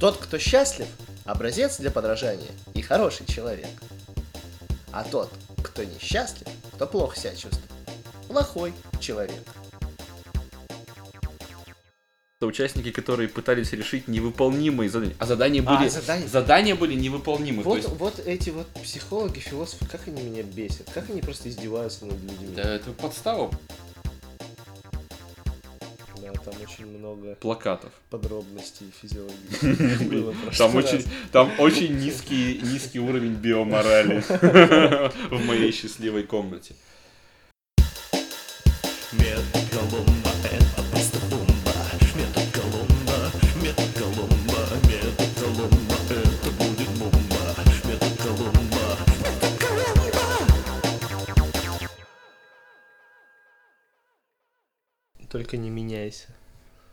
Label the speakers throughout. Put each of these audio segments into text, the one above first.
Speaker 1: Тот, кто счастлив, образец для подражания и хороший человек. А тот, кто несчастлив, кто плохо себя чувствует, плохой человек.
Speaker 2: Это участники, которые пытались решить невыполнимые задания. А задания были,
Speaker 1: А, задание-
Speaker 2: задания были невыполнимы.
Speaker 1: Вот,
Speaker 2: то есть,
Speaker 1: вот эти вот психологи, философы, как они меня бесят, как они просто издеваются над людьми.
Speaker 2: да, э, это подстава
Speaker 1: Да, там очень много
Speaker 2: плакатов.
Speaker 1: подробностей физиологии было в
Speaker 2: Там
Speaker 1: прошлый
Speaker 2: очень,
Speaker 1: раз.
Speaker 2: там очень низкий, низкий уровень биоморали в моей счастливой комнате.
Speaker 3: Метод Колумба – это просто бомба. Метод Колумба, метод Колумба, метод Колумба – это будет бомба. Метод Колумба, метод Колумба.
Speaker 1: Только не меняйся.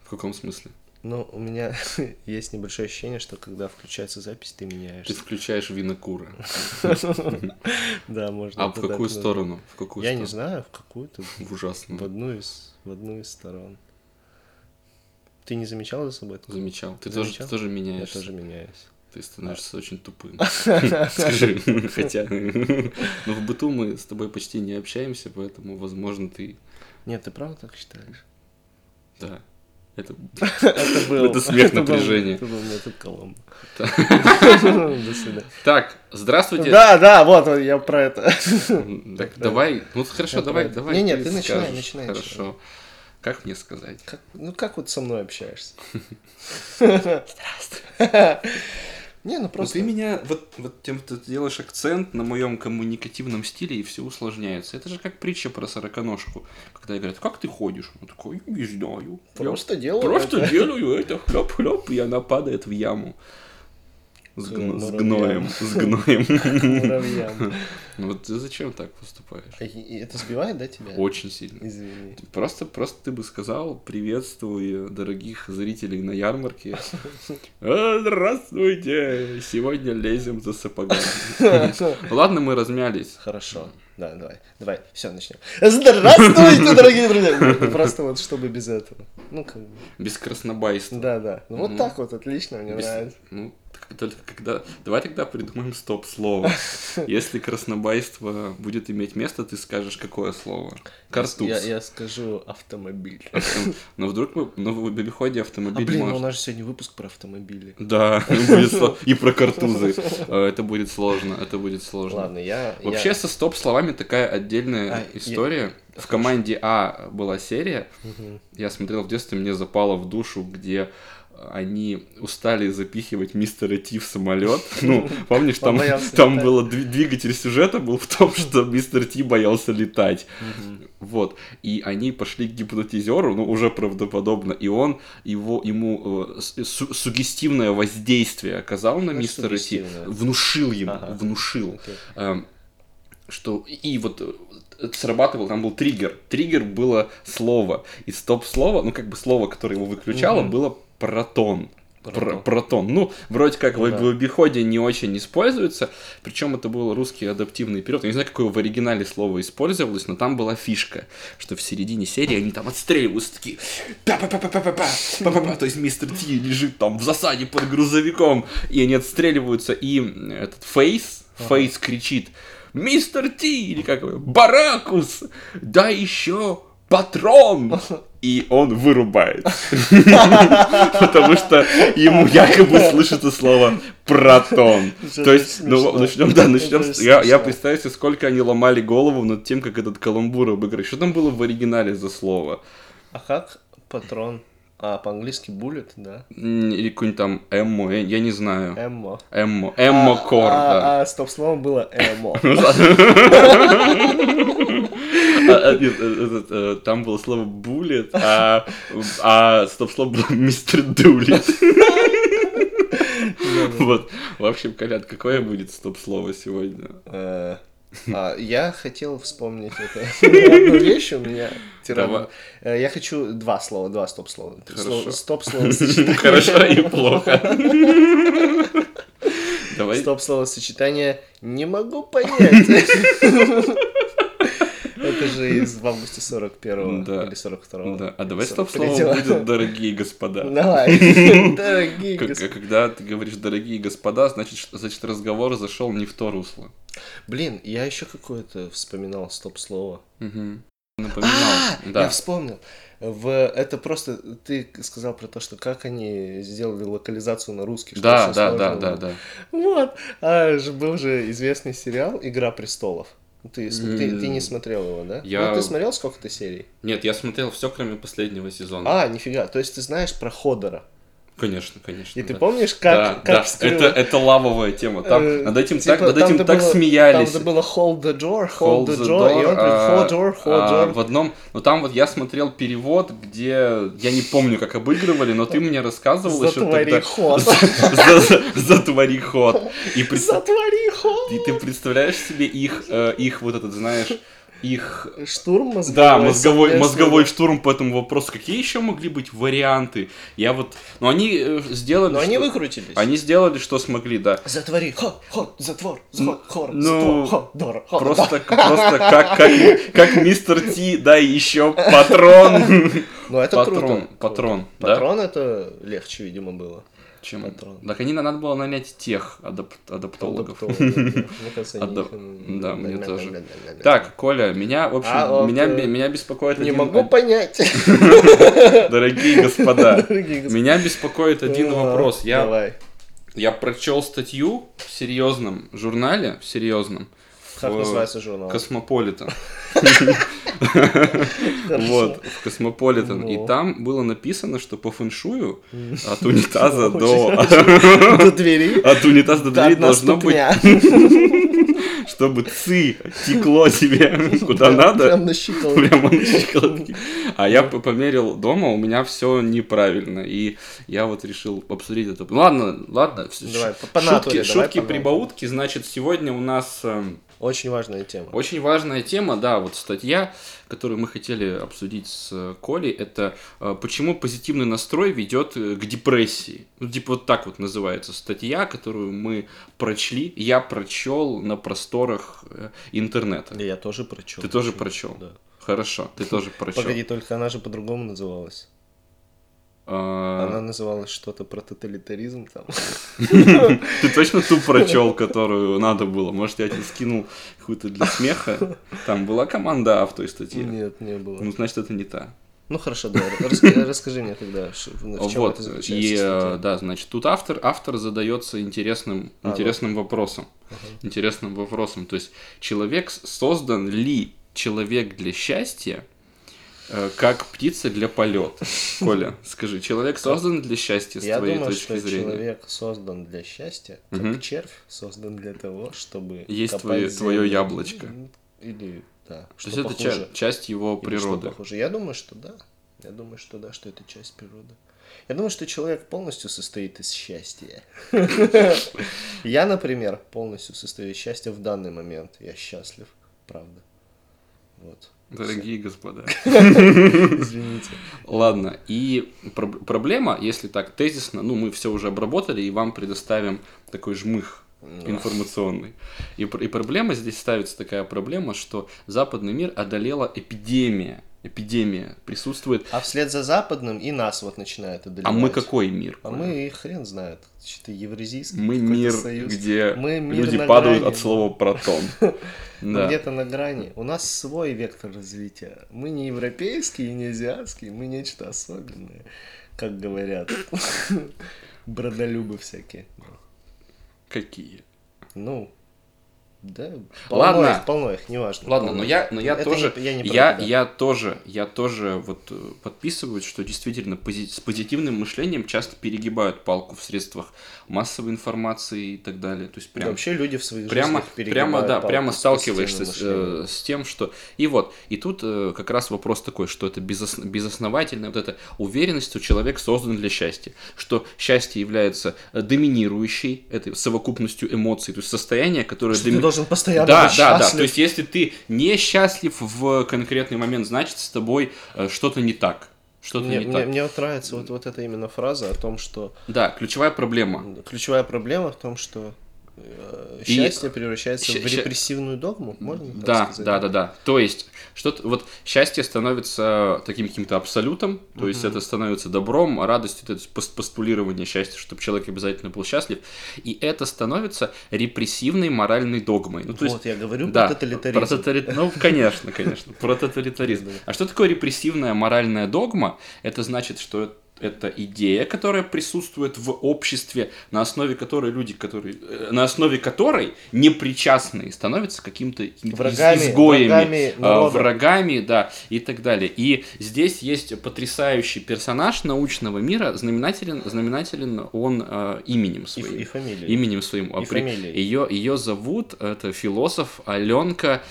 Speaker 2: В каком смысле?
Speaker 1: Ну, у меня есть небольшое ощущение, что когда включается запись, ты меняешься.
Speaker 2: Ты включаешь винокура.
Speaker 1: Да, можно.
Speaker 2: А в
Speaker 1: туда
Speaker 2: какую
Speaker 1: ткнуть.
Speaker 2: сторону? В какую
Speaker 1: Я не
Speaker 2: сторону?
Speaker 1: знаю, в какую-то.
Speaker 2: В ужасную.
Speaker 1: В одну из в одну из сторон. Ты не замечал за собой? такого?
Speaker 2: Замечал. Ты тоже, ты
Speaker 1: Замечал?
Speaker 2: тоже
Speaker 1: Я
Speaker 2: меняешься.
Speaker 1: тоже меняюсь.
Speaker 2: Ты становишься очень тупым. Скажи, хотя. Но в быту мы с тобой почти не общаемся, поэтому, возможно, ты.
Speaker 1: Нет, ты правда так считаешь?
Speaker 2: Да. Это
Speaker 1: Это был...
Speaker 2: Это смех
Speaker 1: был-
Speaker 2: напряжения.
Speaker 1: Это был метод Коломбо.
Speaker 2: Да.
Speaker 1: До свидания.
Speaker 2: Так, здравствуйте.
Speaker 1: Да, да, вот я про это.
Speaker 2: Так, давай. Ну хорошо,
Speaker 1: Я
Speaker 2: давай,
Speaker 1: про это.
Speaker 2: давай.
Speaker 1: Не-не,
Speaker 2: нет
Speaker 1: ты начинай, начинай, начинай.
Speaker 2: Хорошо. Как мне сказать?
Speaker 1: Как- ну как вот со мной общаешься? Здравствуй. Не, ну просто...
Speaker 2: Просто... ты меня вот, вот тем, что ты делаешь акцент на моем коммуникативном стиле, и все усложняется. Это же как притча про сороконожку, когда говорят, как ты ходишь? Он такой, не знаю. Я
Speaker 1: Просто делаю
Speaker 2: Просто
Speaker 1: это».
Speaker 2: делаю это, хлоп-хлоп, и она падает в яму. С,
Speaker 1: К
Speaker 2: гно- с гноем,
Speaker 1: муравьям.
Speaker 2: с гноем.
Speaker 1: муравьям.
Speaker 2: Ну Вот ты зачем так поступаешь?
Speaker 1: И- и Это сбивает, да, тебя?
Speaker 2: Очень сильно.
Speaker 1: Извини.
Speaker 2: Ты Просто, просто ты бы сказал, приветствую дорогих зрителей на ярмарке. «Э, Здравствуйте! Сегодня лезем за сапогами. Ладно, мы размялись.
Speaker 1: Хорошо. Да, давай. Давай, все, начнем. Здравствуйте, дорогие друзья! Ну, Просто вот чтобы без этого. Ну, как бы.
Speaker 2: Без краснобайства.
Speaker 1: Да, да. Ну, вот
Speaker 2: Мгм.
Speaker 1: так вот, отлично, мне
Speaker 2: Без-
Speaker 1: нравится.
Speaker 2: Ну, так только когда... Давай тогда придумаем стоп-слово. Если краснобайство будет иметь место, ты скажешь какое слово? Картуз.
Speaker 1: Я, я скажу автомобиль.
Speaker 2: Но вдруг мы... Но в обиходе
Speaker 1: А
Speaker 2: автомобиль
Speaker 1: блин, ну,
Speaker 2: может-
Speaker 1: у нас же сегодня выпуск про автомобили.
Speaker 2: Да, будет сло- и про картузы. Э, Это будет сложно, это будет сложно.
Speaker 1: Ладно, я... я-
Speaker 2: Вообще со стоп-словами такая отдельная
Speaker 1: А, я-
Speaker 2: история. В команде А была серия.
Speaker 1: Мгм.
Speaker 2: Я смотрел в детстве, мне запало в душу, где они устали запихивать мистера Ти в самолет. Ну, помнишь, там,
Speaker 1: Он боялся
Speaker 2: там
Speaker 1: летать.
Speaker 2: было дви- двигатель сюжета был в том, что мистер Ти боялся летать. Вот. И они пошли к гипнотизеру, ну, уже правдоподобно. И он, его, ему э, с- су- сугестивное воздействие оказал на
Speaker 1: Ну,
Speaker 2: мистера Ти.
Speaker 1: сугестивное.
Speaker 2: Внушил ему,
Speaker 1: Ага.
Speaker 2: внушил.
Speaker 1: Окей.
Speaker 2: Эм, что и вот э, срабатывал, там был триггер. Триггер было слово. И стоп-слово, ну как бы слово, которое его выключало,
Speaker 1: Мгм.
Speaker 2: было протон. Пр- Протон.
Speaker 1: Протон.
Speaker 2: Ну, вроде как
Speaker 1: Ну
Speaker 2: в,
Speaker 1: да.
Speaker 2: в обиходе не очень используется. Причем это был русский адаптивный период. Я не знаю, какое в оригинале слово использовалось, но там была фишка, что в середине серии они там отстреливаются такие. «Па-па-па-па-па-па, па-па-па». То есть мистер Ти лежит там в засаде под грузовиком, и они отстреливаются, и м, этот Фейс, Фейс кричит «Мистер Ти!» или как его, «Баракус! Да еще патрон!» И он вырубает. Потому что ему якобы слышится слово протон.
Speaker 1: Это
Speaker 2: То есть,
Speaker 1: очень
Speaker 2: ну,
Speaker 1: смешно.
Speaker 2: начнем, да, начнем.
Speaker 1: Это
Speaker 2: с- Я, я
Speaker 1: смешно.
Speaker 2: представляю себе, сколько они ломали голову над тем, как этот каламбур обыграть. Что там было в оригинале за слово?
Speaker 1: А как патрон? А, по-английски bullet, да?
Speaker 2: М, Или какой-нибудь там Эммо, я- я не знаю.
Speaker 1: Эмо.
Speaker 2: Эммо, Эммо Кор, да.
Speaker 1: Э, А, а, стоп, словом было эмо.
Speaker 2: А, а, нет, э, этот, э, Там было слово буллет, а а стоп-слово было мистер Дулит. Вот. В общем, Коляд, какое будет стоп-слово сегодня?
Speaker 1: Э, а, Я хотел вспомнить это. одну вещь у меня. тираду.
Speaker 2: Давай.
Speaker 1: Э, Я хочу два слова, два стоп-слова.
Speaker 2: Хорошо.
Speaker 1: Стоп-слово
Speaker 2: Хорошо и плохо. Давай.
Speaker 1: Стоп-словосочетание «не могу понять». это же из в августе 41-го
Speaker 2: Да.
Speaker 1: или 42-го.
Speaker 2: Да. А давай
Speaker 1: Третьего.
Speaker 2: стоп-слово будет, дорогие господа.
Speaker 1: Давай, дорогие
Speaker 2: Как-
Speaker 1: гос-
Speaker 2: Когда ты говоришь «дорогие господа», значит, что- значит разговор зашел не в то русло.
Speaker 1: Блин, я еще какое-то вспоминал стоп-слово.
Speaker 2: Мгм. Напоминал.
Speaker 1: А, я
Speaker 2: Да.
Speaker 1: вспомнил. В это просто ты сказал про то, что как они сделали локализацию на русский. что
Speaker 2: Да,
Speaker 1: всё
Speaker 2: да, да,
Speaker 1: сложно
Speaker 2: да,
Speaker 1: было.
Speaker 2: да.
Speaker 1: Вот. А же был же известный сериал "Игра престолов". Ты, с- ты, ты не
Speaker 2: М.
Speaker 1: смотрел его, да?
Speaker 2: Я-
Speaker 1: Ну, ты смотрел сколько-то серий?
Speaker 2: Нет, я смотрел все, кроме последнего сезона.
Speaker 1: А, нифига. То есть ты знаешь про Ходора.
Speaker 2: Конечно, конечно.
Speaker 1: И ты
Speaker 2: да.
Speaker 1: помнишь, как,
Speaker 2: да,
Speaker 1: как
Speaker 2: да.
Speaker 1: вскрыл-
Speaker 2: Это, это лавовая тема. Там,
Speaker 1: э,
Speaker 2: над этим
Speaker 1: типа,
Speaker 2: так, над
Speaker 1: там
Speaker 2: этим
Speaker 1: где
Speaker 2: так
Speaker 1: было-
Speaker 2: смеялись.
Speaker 1: Там где было hold the door, hold,
Speaker 2: Hold
Speaker 1: the,
Speaker 2: the
Speaker 1: door, и он
Speaker 2: door,
Speaker 1: говорит,
Speaker 2: а,
Speaker 1: hold door, hold
Speaker 2: а,
Speaker 1: door.
Speaker 2: в одном, ну там вот я смотрел перевод, где я не помню, как обыгрывали, но ты мне рассказывал еще
Speaker 1: Затвори
Speaker 2: тогда.
Speaker 1: ход.
Speaker 2: За- за- Затвори ход. И пред-
Speaker 1: Затвори ход!
Speaker 2: и ты представляешь себе их, э, их вот этот, знаешь, их
Speaker 1: Штурм мозговой.
Speaker 2: да, мозговой,
Speaker 1: соответственно.
Speaker 2: мозговой штурм по этому вопросу. Какие еще могли быть варианты? Я вот... Ну, они э, сделали...
Speaker 1: Но они
Speaker 2: что-
Speaker 1: выкрутились.
Speaker 2: Они сделали, что смогли, да.
Speaker 1: Затвори, ход, ход, затвор,
Speaker 2: Ну,
Speaker 1: ход, хор,
Speaker 2: ну,
Speaker 1: затвор, ход, дор, ход,
Speaker 2: Просто, просто как, как, как мистер Ти, да, и еще патрон.
Speaker 1: Ну это
Speaker 2: Патрон,
Speaker 1: круто.
Speaker 2: патрон, да?
Speaker 1: Патрон это легче, видимо, было.
Speaker 2: Чем
Speaker 1: патрон.
Speaker 2: Так они надо было нанять тех адап- адаптологов.
Speaker 1: Адаптолог, да. Мне кажется, они
Speaker 2: Адап-
Speaker 1: их-
Speaker 2: А да, мне тоже.
Speaker 1: Да-да-да-да-да.
Speaker 2: Так, Коля, меня, в общем,
Speaker 1: А, вот,
Speaker 2: меня,
Speaker 1: э,
Speaker 2: меня беспокоит
Speaker 1: Не
Speaker 2: один- Типа,
Speaker 1: могу понять.
Speaker 2: дорогие господа.
Speaker 1: Дорогие господа.
Speaker 2: Меня беспокоит один
Speaker 1: А,
Speaker 2: вопрос. Я
Speaker 1: Давай.
Speaker 2: Я прочел статью в серьезном журнале, в серьезном.
Speaker 1: Как
Speaker 2: в
Speaker 1: называется журнал?
Speaker 2: Космополитен.
Speaker 1: Хорошо.
Speaker 2: Вот, в Космополитен.
Speaker 1: Ну.
Speaker 2: И там было написано, что по фэншую от унитаза до...
Speaker 1: До двери.
Speaker 2: От унитаза
Speaker 1: до
Speaker 2: до двери
Speaker 1: одна
Speaker 2: должно быть,
Speaker 1: ступня.
Speaker 2: чтобы ци текло тебе куда надо.
Speaker 1: Прям на щиколотку.
Speaker 2: Прямо на щиколотке. А я п- померил дома, у меня все неправильно. И я вот решил обсудить это. Ладно, ладно. всё-
Speaker 1: Давай, по- по натуре,
Speaker 2: Шутки,
Speaker 1: давай по
Speaker 2: шутки,
Speaker 1: натуре.
Speaker 2: прибаутки. Значит, сегодня у нас... эм,
Speaker 1: Очень важная тема.
Speaker 2: Очень важная тема, да, вот статья, которую мы хотели обсудить с э, Колей, это э, почему позитивный настрой ведет э, к депрессии. Ну, типа вот так вот называется статья, которую мы прочли, я прочел на просторах э, интернета.
Speaker 1: Я тоже прочел.
Speaker 2: Ты тоже прочел?
Speaker 1: Да.
Speaker 2: Хорошо, ты тоже прочел.
Speaker 1: Погоди, только она же по-другому называлась.
Speaker 2: А,
Speaker 1: Она называлась что-то про тоталитаризм там.
Speaker 2: Ты точно ту прочел, которую надо было? Может, я тебе скинул какую-то для смеха? Там была команда А в той статье.
Speaker 1: Нет, не было.
Speaker 2: Ну, значит, это не та.
Speaker 1: Ну хорошо, да. раска- Расскажи мне тогда, ш- в чем
Speaker 2: Вот,
Speaker 1: это
Speaker 2: и э,
Speaker 1: заключается.
Speaker 2: да, значит, тут автор, автор задается интересным,
Speaker 1: А,
Speaker 2: интересным вопросом. Интересным вопросом. То есть, человек с- создан ли человек для счастья, э, как птица для полета? Коля, скажи, человек создан для счастья с
Speaker 1: Я
Speaker 2: твоей
Speaker 1: думаю,
Speaker 2: точки
Speaker 1: что
Speaker 2: зрения?
Speaker 1: человек создан для счастья, как
Speaker 2: Мгм.
Speaker 1: червь создан для того, чтобы
Speaker 2: Есть
Speaker 1: копать
Speaker 2: твое- твое
Speaker 1: землю.
Speaker 2: яблочко.
Speaker 1: Или, да,
Speaker 2: То
Speaker 1: что
Speaker 2: есть, это ча-
Speaker 1: похуже.
Speaker 2: часть его
Speaker 1: Или что
Speaker 2: природы.
Speaker 1: похуже. Я думаю, что да. Я думаю, что да, что это часть природы. Я думаю, что человек полностью состоит из счастья. Я, например, полностью состою из счастья в данный момент. Я счастлив, правда. Вот.
Speaker 2: Дорогие господа.
Speaker 1: Извините.
Speaker 2: Ладно, и проб- проблема, если так тезисно, ну, мы все уже обработали, и вам предоставим такой жмых информационный. И, пр- и проблема здесь ставится такая проблема, что западный мир одолела эпидемия. Эпидемия присутствует.
Speaker 1: А вслед за западным и нас вот начинает одолевать.
Speaker 2: А мы какой мир?
Speaker 1: А мы и хрен знает. Что-то евразийский
Speaker 2: Мы
Speaker 1: какой-то
Speaker 2: мир,
Speaker 1: союз.
Speaker 2: где
Speaker 1: Мы мир
Speaker 2: люди
Speaker 1: на
Speaker 2: падают
Speaker 1: грани.
Speaker 2: от слова протон.
Speaker 1: Мы
Speaker 2: Да.
Speaker 1: Где-то на грани. У нас свой вектор развития. Мы не европейские и не азиатские, мы нечто особенное, как говорят. Бродолюбы всякие.
Speaker 2: Какие?
Speaker 1: Ну, да,
Speaker 2: Ладно.
Speaker 1: полно их, полно их, неважно.
Speaker 2: Ладно,
Speaker 1: полно
Speaker 2: но
Speaker 1: их.
Speaker 2: я, но я
Speaker 1: Это
Speaker 2: тоже,
Speaker 1: не- я не про
Speaker 2: я,
Speaker 1: это, да.
Speaker 2: я тоже, я тоже вот э, подписываюсь, что действительно пози- с позитивным мышлением часто перегибают палку в средствах массовой информации и так далее. То есть
Speaker 1: Да
Speaker 2: прям
Speaker 1: Вообще люди в своих
Speaker 2: прямо,
Speaker 1: жизнях перегибают
Speaker 2: прямо, да,
Speaker 1: палку
Speaker 2: прямо
Speaker 1: с позитивным
Speaker 2: сталкиваешься с,
Speaker 1: мышлением.
Speaker 2: э, с тем, что и вот и тут э, как раз вопрос такой, что это безос- безосновательная вот эта уверенность, что человек создан для счастья, что счастье является э, доминирующей этой совокупностью эмоций, то есть состояние, которое
Speaker 1: Что ты
Speaker 2: доми-
Speaker 1: должен постоянно
Speaker 2: да,
Speaker 1: быть
Speaker 2: да, да.
Speaker 1: счастлив.
Speaker 2: То есть, если ты не счастлив в конкретный момент, значит, с тобой э, что-то не так. Что-то
Speaker 1: Мне,
Speaker 2: не
Speaker 1: мне-
Speaker 2: так.
Speaker 1: мне вот нравится вот, вот эта именно фраза о том, что
Speaker 2: Да, ключевая проблема.
Speaker 1: ключевая проблема в том, что э,
Speaker 2: И-
Speaker 1: счастье превращается
Speaker 2: ща-
Speaker 1: в
Speaker 2: ща-
Speaker 1: репрессивную догму, можно так
Speaker 2: Да,
Speaker 1: сказать?
Speaker 2: да, да, да. То есть, что-то вот счастье становится таким каким-то абсолютом, то есть это становится добром, а радость это пост- постулирование счастья, чтобы человек обязательно был счастлив. И это становится репрессивной моральной догмой. Ну, то есть,
Speaker 1: Вот, я говорю
Speaker 2: да,
Speaker 1: про тоталитаризм.
Speaker 2: про тотали- Ну, конечно, конечно, про тоталитаризм. А что такое репрессивная моральная догма? Это значит, что это идея, которая присутствует в обществе, на основе которой люди, которые, э, на основе которой непричастные становятся каким-то какими-то
Speaker 1: Врагами-
Speaker 2: изгоями,
Speaker 1: врагами
Speaker 2: а,
Speaker 1: народа.
Speaker 2: врагами, да, и так далее. И здесь есть потрясающий персонаж научного мира, знаменателен, знаменателен он э, именем
Speaker 1: И,
Speaker 2: своим
Speaker 1: и фамилия.
Speaker 2: именем своим. а
Speaker 1: И
Speaker 2: при-
Speaker 1: фамилией.
Speaker 2: Ее, ее зовут, это философ Аленка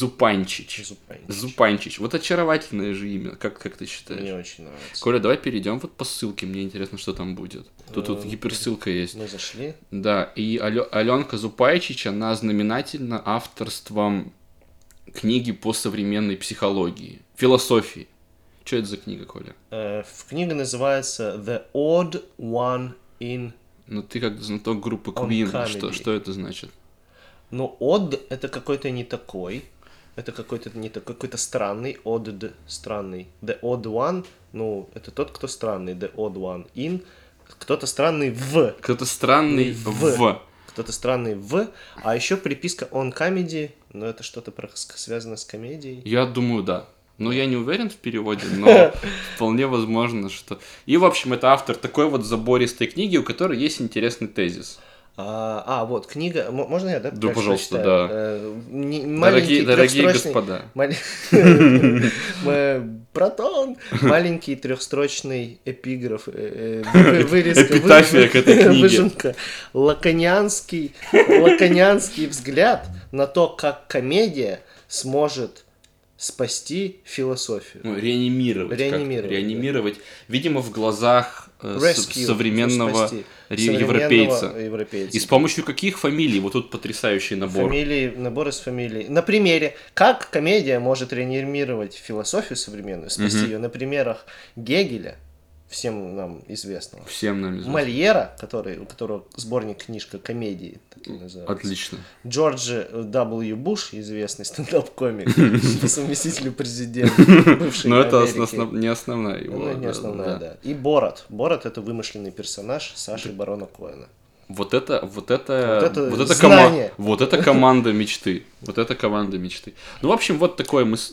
Speaker 2: Зупанчич.
Speaker 1: Зупанич.
Speaker 2: Зупанчич. Вот очаровательное же имя, как, как ты считаешь?
Speaker 1: Мне очень нравится.
Speaker 2: Коля, давай перейдем вот по ссылке, мне интересно, что там будет. Тут вот
Speaker 1: Э,
Speaker 2: гиперссылка есть.
Speaker 1: Мы зашли.
Speaker 2: Да, и Аленка Зупайчич, она знаменательна авторством книги по современной психологии, философии. Что это за книга, Коля?
Speaker 1: Э, в- книга называется The Odd One in...
Speaker 2: Ну ты как знаток группы
Speaker 1: Он
Speaker 2: Queen, что,
Speaker 1: Камеди.
Speaker 2: что это значит?
Speaker 1: Но odd это какой-то не такой. Это какой-то не такой, какой-то странный, odd, странный. The odd one, ну, это тот, кто странный, the odd one in, кто-то странный в,
Speaker 2: Кто-то странный
Speaker 1: В.
Speaker 2: в.
Speaker 1: кто-то странный в, а еще приписка on comedy, но это что-то про- с- связано с комедией.
Speaker 2: Я думаю, да. Но я не уверен в переводе, но вполне возможно, что... И, в общем, это автор такой вот забористой книги, у которой есть интересный тезис.
Speaker 1: А, а, вот, книга, м- можно я, да?
Speaker 2: Да,
Speaker 1: дальше
Speaker 2: пожалуйста,
Speaker 1: прочитаю?
Speaker 2: да.
Speaker 1: Э, не- маленький
Speaker 2: Дорогие, дорогие
Speaker 1: трёхстрочный-
Speaker 2: господа.
Speaker 1: Мал- М, Протон! э, Маленький трехстрочный эпиграф, э, э, вы- вырезка,
Speaker 2: Эпитафия к этой книге.
Speaker 1: выжимка. Лаконианский, лаконианский взгляд на то, как комедия сможет спасти философию.
Speaker 2: Ну, реанимировать. как-то.
Speaker 1: Реанимировать, да.
Speaker 2: Реанимировать. Видимо, в глазах э, со-
Speaker 1: Rescue,
Speaker 2: современного
Speaker 1: спасти.
Speaker 2: ре-
Speaker 1: Современного
Speaker 2: европейца.
Speaker 1: европейца.
Speaker 2: И с помощью каких фамилий? Вот тут потрясающий набор.
Speaker 1: Фамилии, набор из фамилий. На примере, как комедия может реанимировать философию современную, спасти ее на примерах Гегеля, всем нам известного,
Speaker 2: Всем нам известно.
Speaker 1: Мольера, который, у которого сборник книжка комедии, так и называется.
Speaker 2: Отлично.
Speaker 1: Джорджи э, W. Буш, известный стендап-комик, по совместителю президента, бывший
Speaker 2: Но Ну, это
Speaker 1: Америки.
Speaker 2: основ- не основная его.
Speaker 1: Ну, не
Speaker 2: да,
Speaker 1: основная,
Speaker 2: да.
Speaker 1: да. И Борот. Борот это вымышленный персонаж Саши Барона Коэна.
Speaker 2: Вот это, вот это,
Speaker 1: Вот это
Speaker 2: вот это,
Speaker 1: знание.
Speaker 2: кома- вот это команда мечты. Вот это команда мечты. Ну, в общем, вот такой мы... с-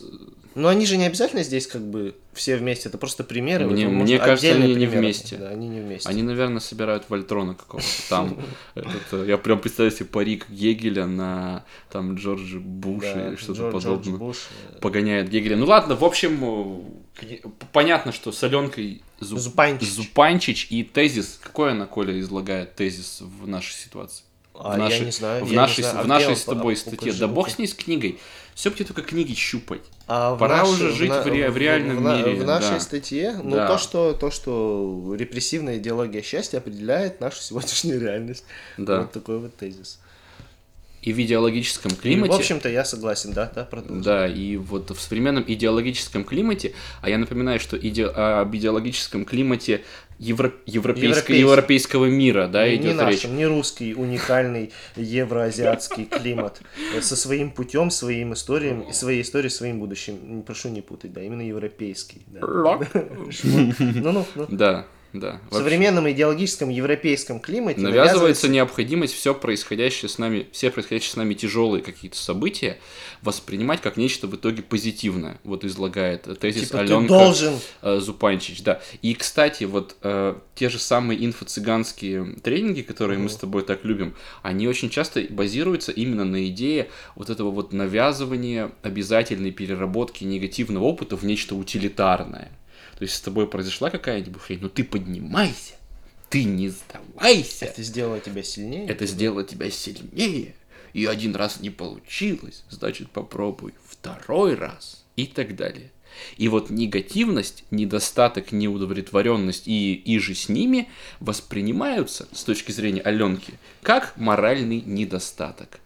Speaker 1: Но они же не обязательно здесь как бы все вместе, это просто примеры.
Speaker 2: Мне-
Speaker 1: поэтому
Speaker 2: мне
Speaker 1: можно
Speaker 2: кажется,
Speaker 1: отдельные
Speaker 2: они не
Speaker 1: примеры.
Speaker 2: вместе.
Speaker 1: Да, они не вместе.
Speaker 2: Они, наверное, собирают Вольтрона какого-то там. Этот, э, я прям представляю себе парик Гегеля на там Джорджа Буша
Speaker 1: Да,
Speaker 2: или что-то
Speaker 1: Джор- Джордж
Speaker 2: подобное.
Speaker 1: Буш, э,
Speaker 2: Погоняет Гегеля. Ну ладно, в общем, э, кни- понятно, что с Аленкой Зу-
Speaker 1: Зупанчич.
Speaker 2: Зупанчич и тезис. Какой она, Коля, излагает тезис в нашей ситуации?
Speaker 1: А,
Speaker 2: в
Speaker 1: я
Speaker 2: нашей,
Speaker 1: не знаю,
Speaker 2: в
Speaker 1: я не
Speaker 2: нашей,
Speaker 1: знаю. А
Speaker 2: в
Speaker 1: где
Speaker 2: нашей
Speaker 1: он?
Speaker 2: с тобой
Speaker 1: А,
Speaker 2: статье.
Speaker 1: покажи
Speaker 2: Да бог
Speaker 1: руку.
Speaker 2: с ней с книгой. Все тебе только книги щупать.
Speaker 1: А в
Speaker 2: Пора
Speaker 1: нашей-
Speaker 2: уже жить
Speaker 1: на-
Speaker 2: в ре- в реальном
Speaker 1: на-
Speaker 2: мире,
Speaker 1: В нашей
Speaker 2: да.
Speaker 1: статье, ну
Speaker 2: Да.
Speaker 1: то, что, то, что репрессивная идеология счастья определяет нашу сегодняшнюю реальность.
Speaker 2: Да.
Speaker 1: Вот такой вот тезис.
Speaker 2: И в идеологическом
Speaker 1: И,
Speaker 2: климате.
Speaker 1: в общем-то, я согласен, да, да, продолжим.
Speaker 2: Да, и вот в современном идеологическом климате, а я напоминаю, что иде- а, об идеологическом климате евро- европейско-
Speaker 1: Европейском.
Speaker 2: европейского мира, да,
Speaker 1: Не- не
Speaker 2: идет
Speaker 1: наш,
Speaker 2: речь.
Speaker 1: не русский, уникальный евроазиатский климат э, со своим путем, своим историем, и своей историей, своим будущим. М, Прошу не путать, да, именно европейский. да.
Speaker 2: Рок.
Speaker 1: Ну, ну, ну.
Speaker 2: Да, да.
Speaker 1: В
Speaker 2: вообще.
Speaker 1: современном идеологическом европейском климате
Speaker 2: Навязывается необходимость все происходящее с нами, все происходящие с нами тяжелые какие-то события воспринимать как нечто в итоге позитивное. Вот излагает э, тезис
Speaker 1: типа, ты
Speaker 2: Аленка.
Speaker 1: должен
Speaker 2: Э, Зупанчич, да. И, кстати, вот э, те же самые инфо-цыганские тренинги, которые мы с тобой так любим, они очень часто базируются именно на идее вот этого вот навязывания обязательной переработки негативного опыта в нечто утилитарное. То есть с тобой произошла какая-нибудь хрень, но ты поднимайся, ты не сдавайся.
Speaker 1: это сделало тебя сильнее.
Speaker 2: Это сделало тебя сильнее. И один раз не получилось, значит попробуй второй раз и так далее. И вот негативность, недостаток, неудовлетворенность и, и же с ними воспринимаются с точки зрения Аленки как моральный недостаток.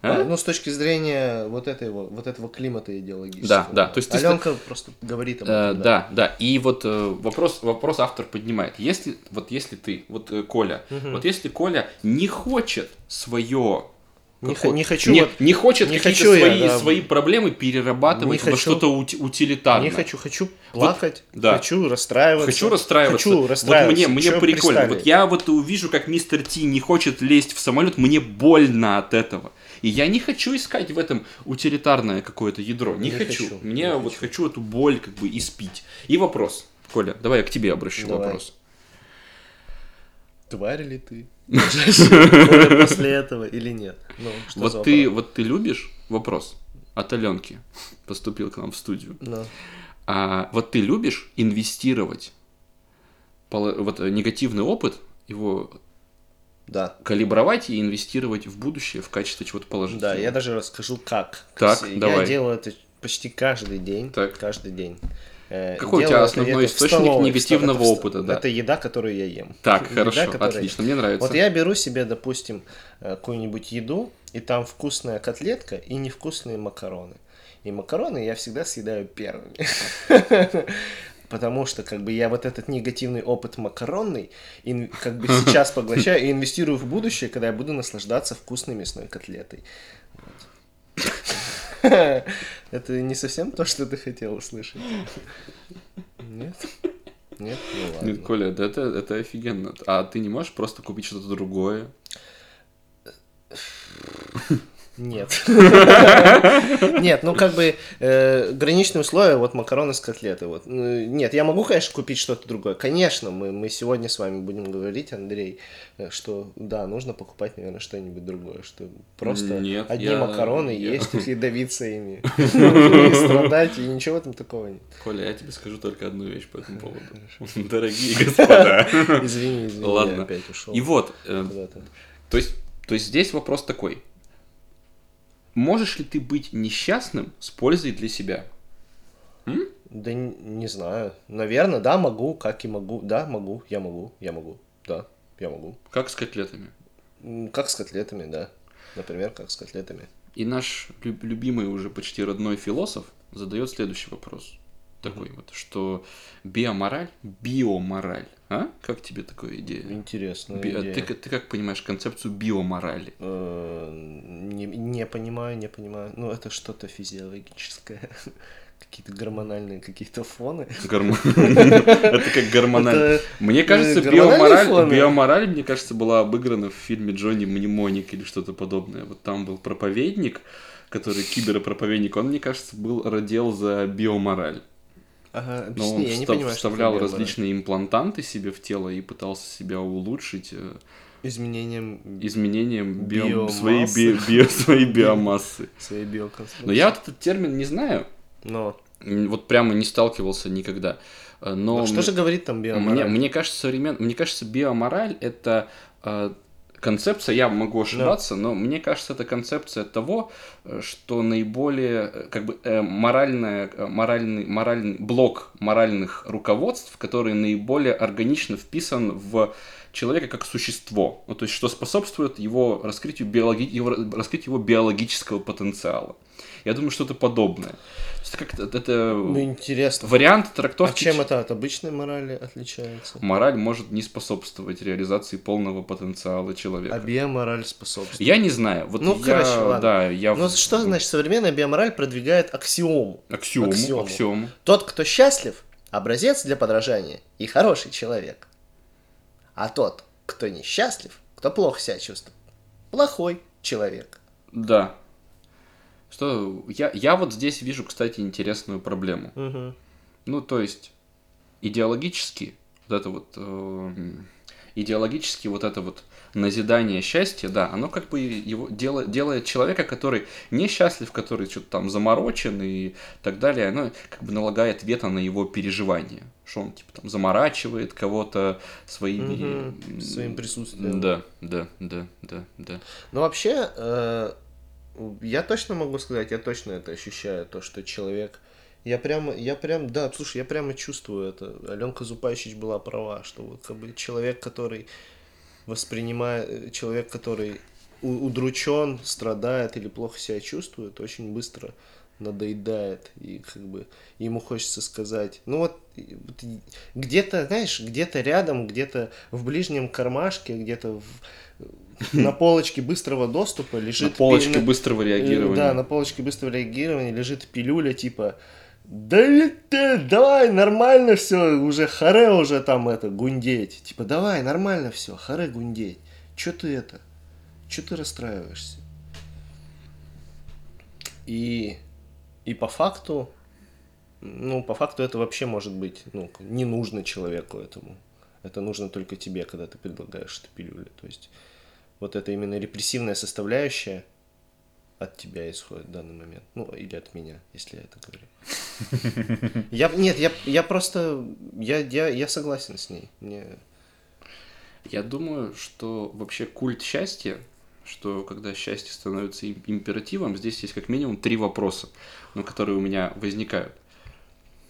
Speaker 2: А?
Speaker 1: Ну, с точки зрения вот этого, вот этого климата идеологического.
Speaker 2: Да, да, то есть ты-
Speaker 1: Аленка просто говорит об
Speaker 2: Э,
Speaker 1: этом.
Speaker 2: да, да. И вот э, вопрос, вопрос автор поднимает. Если, вот если ты, вот э, Коля, вот если Коля не хочет свое...
Speaker 1: Не
Speaker 2: какое-
Speaker 1: хо- не хочу
Speaker 2: не,
Speaker 1: вот-
Speaker 2: не хочет
Speaker 1: не
Speaker 2: какие-то
Speaker 1: хочу я,
Speaker 2: свои,
Speaker 1: да.
Speaker 2: свои проблемы перерабатывать
Speaker 1: Не
Speaker 2: во
Speaker 1: хочу.
Speaker 2: что-то ути-
Speaker 1: Не
Speaker 2: утилитарное.
Speaker 1: хочу, хочу плакать,
Speaker 2: да.
Speaker 1: хочу расстраиваться.
Speaker 2: Хочу расстраиваться.
Speaker 1: Хочу расстраиваться.
Speaker 2: Вот мне, мне
Speaker 1: Чё
Speaker 2: прикольно.
Speaker 1: пристали?
Speaker 2: Вот я вот увижу, как мистер Ти не хочет лезть в самолет, мне больно от этого. И я не хочу искать в этом утилитарное какое-то ядро.
Speaker 1: Не
Speaker 2: Не, хочу.
Speaker 1: хочу,
Speaker 2: Мне
Speaker 1: не
Speaker 2: вот хочу. эту боль как бы испить. И вопрос. Коля, давай я к тебе обращу
Speaker 1: Давай.
Speaker 2: вопрос.
Speaker 1: Тварь ли ты? Коля, После этого или нет? Ну, что за
Speaker 2: вот ты,
Speaker 1: вопрос?
Speaker 2: вот ты любишь вопрос от Аленки поступил к нам в студию.
Speaker 1: Ну.
Speaker 2: А вот ты любишь инвестировать поло- вот э, негативный опыт его
Speaker 1: Да.
Speaker 2: калибровать и инвестировать в будущее в качестве чего-то положительного.
Speaker 1: Да, я даже расскажу как.
Speaker 2: Так,
Speaker 1: я
Speaker 2: давай.
Speaker 1: делаю это почти каждый день.
Speaker 2: Так.
Speaker 1: Каждый день. Э,
Speaker 2: Какой
Speaker 1: делаю
Speaker 2: у тебя
Speaker 1: это-
Speaker 2: основной
Speaker 1: это в
Speaker 2: источник
Speaker 1: столовой,
Speaker 2: негативного
Speaker 1: это в ст-
Speaker 2: опыта, да?
Speaker 1: Это еда, которую я ем.
Speaker 2: Так,
Speaker 1: Еда,
Speaker 2: хорошо,
Speaker 1: которую я ем.
Speaker 2: отлично, мне нравится.
Speaker 1: Вот я беру себе, допустим, э, какую-нибудь еду, и там вкусная котлетка и невкусные макароны. И макароны я всегда съедаю первыми. Потому что, как бы, я вот этот негативный опыт макаронный, ин- как бы, сейчас поглощаю и инвестирую в будущее, когда я буду наслаждаться вкусной мясной котлетой. Вот. Это не совсем то, что ты хотел услышать. Нет? Нет? Ну ладно.
Speaker 2: Нет, Коля, да это, это офигенно. А ты не можешь просто купить что-то другое?
Speaker 1: Нет. Нет, ну как бы э, граничные условия, вот макароны с котлеты. Вот. Ну, Нет, я могу, конечно, купить что-то другое. Конечно, мы, мы сегодня с вами будем говорить, Андрей, э, что да, нужно покупать, наверное, что-нибудь другое, что просто
Speaker 2: Нет,
Speaker 1: одни
Speaker 2: я-
Speaker 1: макароны
Speaker 2: я-
Speaker 1: есть их и давиться ими, Ну, и страдать, и ничего в этом такого нет.
Speaker 2: Коля, я тебе скажу только одну вещь по этому поводу. Дорогие господа.
Speaker 1: Извини, извини, я
Speaker 2: Ладно.
Speaker 1: опять ушел.
Speaker 2: И вот, э,
Speaker 1: куда-то.
Speaker 2: то есть, то есть здесь вопрос такой. Можешь ли ты быть несчастным с пользой для себя?
Speaker 1: Да н- не знаю. Наверное, да, могу, как и могу. Да, могу, я могу, я могу. Да, я могу.
Speaker 2: Как с котлетами?
Speaker 1: М, Как с котлетами, да. Например, как с котлетами.
Speaker 2: И наш лю- любимый уже почти родной философ задает следующий вопрос. Такой вот, что биомораль, биомораль, а? Как тебе такая идея?
Speaker 1: Интересная
Speaker 2: Би- а
Speaker 1: идея.
Speaker 2: ты, к- ты как понимаешь концепцию биоморали?
Speaker 1: Э, Не, не понимаю, не понимаю. Ну, это что-то физиологическое. Какие-то гормональные какие-то фоны.
Speaker 2: Гормо- Это как гормональный.
Speaker 1: Это,
Speaker 2: Мне кажется,
Speaker 1: гормональные
Speaker 2: биомораль,
Speaker 1: фоны?
Speaker 2: биомораль, мне кажется, была обыграна в фильме Джонни Мнемоник или что-то подобное. Вот там был проповедник, который киберпроповедник, он, мне кажется, был родил за биомораль.
Speaker 1: Ага,
Speaker 2: Но
Speaker 1: объясни,
Speaker 2: Ну, он
Speaker 1: я не
Speaker 2: вста-
Speaker 1: понимаю, что
Speaker 2: вставлял
Speaker 1: такое гормоны.
Speaker 2: различные имплантанты себе в тело и пытался себя улучшить э,
Speaker 1: изменением
Speaker 2: изменением био-
Speaker 1: Биомассы. Ну,
Speaker 2: своей, би- био- своей биомассы.
Speaker 1: своей биоконструкции.
Speaker 2: Но я вот этот термин не знаю,
Speaker 1: Но,
Speaker 2: м, вот прямо не сталкивался никогда. Э, Но
Speaker 1: Ну, что
Speaker 2: м-
Speaker 1: же говорит там
Speaker 2: мне,
Speaker 1: биомораль?
Speaker 2: мне кажется, современ... мне кажется, биомораль это э, концепция, я могу ошибаться, но мне кажется, это концепция того, э, что наиболее э, как бы э, моральная, э, моральный, моральный блок моральных руководств, который наиболее органично вписан в человека как существо, ну, то есть что способствует его раскрытию, биологи... его... раскрытию его биологического потенциала. Я думаю, что-то подобное. То есть как-то это
Speaker 1: Ну, интересно.
Speaker 2: вариант
Speaker 1: А
Speaker 2: трактовки
Speaker 1: чем это от обычной морали отличается?
Speaker 2: Мораль может не способствовать реализации полного потенциала человека.
Speaker 1: А биомораль способствует.
Speaker 2: Я не знаю. Вот
Speaker 1: Ну,
Speaker 2: я,
Speaker 1: короче, ладно.
Speaker 2: да, я
Speaker 1: Ну
Speaker 2: в-
Speaker 1: что значит современная биомораль продвигает аксиому?
Speaker 2: аксиому, аксиому.
Speaker 1: аксиому? Тот, кто счастлив, образец для подражания и хороший человек. А тот, кто несчастлив, кто плохо себя чувствует, плохой человек.
Speaker 2: Да. Что я, я вот здесь вижу, кстати, интересную проблему. Ну, то есть идеологически вот это вот э, м, идеологически вот это вот назидание счастья, да, оно как бы его дело- делает человека, который несчастлив, который что-то там заморочен и так далее, оно как бы налагает вето на его переживания, что он типа там заморачивает кого-то своими...
Speaker 1: Мгм,
Speaker 2: м,
Speaker 1: своим присутствием.
Speaker 2: Да, да, да, да, да.
Speaker 1: Но Ну, вообще, э, я точно могу сказать, я точно это ощущаю, то, что человек... Я прямо, я прям, да, слушай, я прямо чувствую это. Аленка Зупайчич была права, что вот как бы человек, который воспринимает, э, человек, который у- удручен, страдает или плохо себя чувствует, очень быстро надоедает. И как бы ему хочется сказать, ну вот, и- вот и где-то, знаешь, где-то рядом, где-то в ближнем кармашке, где-то в- на полочке быстрого доступа
Speaker 2: На
Speaker 1: лежит...
Speaker 2: полочке
Speaker 1: пи-
Speaker 2: быстрого
Speaker 1: э,
Speaker 2: реагирования.
Speaker 1: Да, на полочке быстрого реагирования лежит пилюля, типа, да ли ты, давай, нормально все, уже харе уже там это, гундеть. Типа, давай, нормально все, харе гундеть. Че ты это? Че ты расстраиваешься? И, и по факту, ну, по факту это вообще может быть, ну, не нужно человеку этому. Это нужно только тебе, когда ты предлагаешь эту пилюлю. То есть вот это именно репрессивная составляющая, от тебя исходит в данный момент. Ну, или от меня, если я это говорю. Я, нет, я, я просто, я, я, я согласен с ней. Мне-
Speaker 2: Я думаю, что вообще культ счастья, что когда счастье становится им- императивом, здесь есть как минимум три вопроса, ну, которые у меня возникают.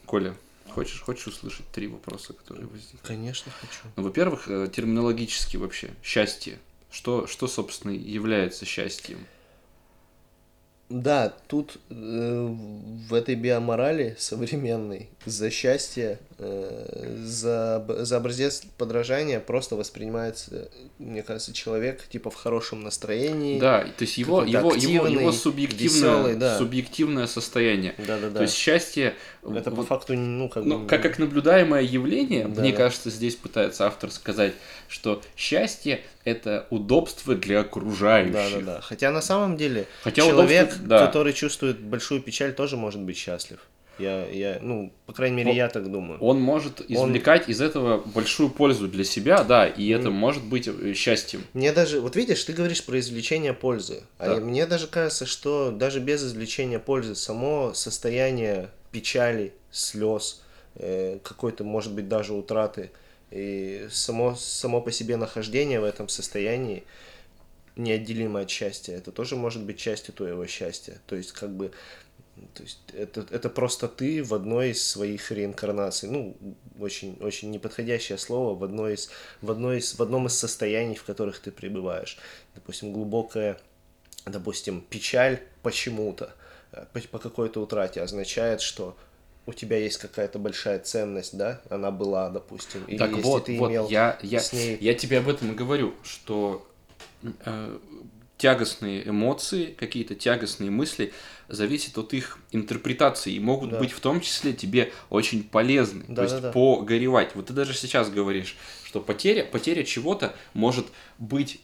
Speaker 2: Коля, хочешь, хочешь услышать три вопроса, которые возникают?
Speaker 1: конечно, хочу.
Speaker 2: Ну, во-первых, э, терминологически вообще, счастье. Что, что, собственно, является счастьем?
Speaker 1: Да, тут э, в этой биоморали современной за счастье, э, за, б- за образец подражания просто воспринимается, мне кажется, человек типа в хорошем настроении.
Speaker 2: Да, то есть его,
Speaker 1: какой-то
Speaker 2: его, его, его
Speaker 1: активный,
Speaker 2: субъективное,
Speaker 1: веселый, да.
Speaker 2: субъективное состояние.
Speaker 1: да, да.
Speaker 2: То есть счастье...
Speaker 1: это по
Speaker 2: вот-
Speaker 1: факту, ну, как
Speaker 2: Ну,
Speaker 1: бы...
Speaker 2: как, как наблюдаемое явление,
Speaker 1: Да,
Speaker 2: мне
Speaker 1: да.
Speaker 2: кажется, здесь пытается автор сказать, что счастье – это удобство для окружающих.
Speaker 1: Да, да, да. Хотя на самом деле
Speaker 2: Хотя
Speaker 1: человек,
Speaker 2: удобство- да.
Speaker 1: который чувствует большую печаль, тоже может быть счастлив. Я, я, ну, по крайней мере,
Speaker 2: Он-
Speaker 1: я так думаю.
Speaker 2: Он может извлекать из этого большую пользу для себя, да, и это может быть э, счастьем.
Speaker 1: Мне даже, вот видишь, ты говоришь про извлечение пользы, а
Speaker 2: Да.
Speaker 1: я- мне даже кажется, что даже без извлечения пользы само состояние печали, слез, э, какой-то, может быть, даже утраты и само само по себе нахождение в этом состоянии неотделимо от счастья. Это тоже может быть частью твоего счастья. То есть как бы То есть это, это просто ты в одной из своих реинкарнаций. Ну, очень, очень неподходящее слово в, одной из, в, одной из, в одном из состояний, в которых ты пребываешь. Допустим, глубокая, допустим, печаль почему-то, э, по, по какой-то утрате означает, что у тебя есть какая-то большая ценность, да? Она была, допустим. Или
Speaker 2: так
Speaker 1: если
Speaker 2: вот,
Speaker 1: ты
Speaker 2: вот,
Speaker 1: имел
Speaker 2: я, я,
Speaker 1: с ней-
Speaker 2: я тебе об этом и говорю, что э, тягостные эмоции, какие-то тягостные мысли зависят от их интерпретации и могут
Speaker 1: Да.
Speaker 2: быть в том числе тебе очень полезны. то есть
Speaker 1: Да-да-да.
Speaker 2: погоревать. Вот ты даже сейчас говоришь, что потеря, потеря чего-то может быть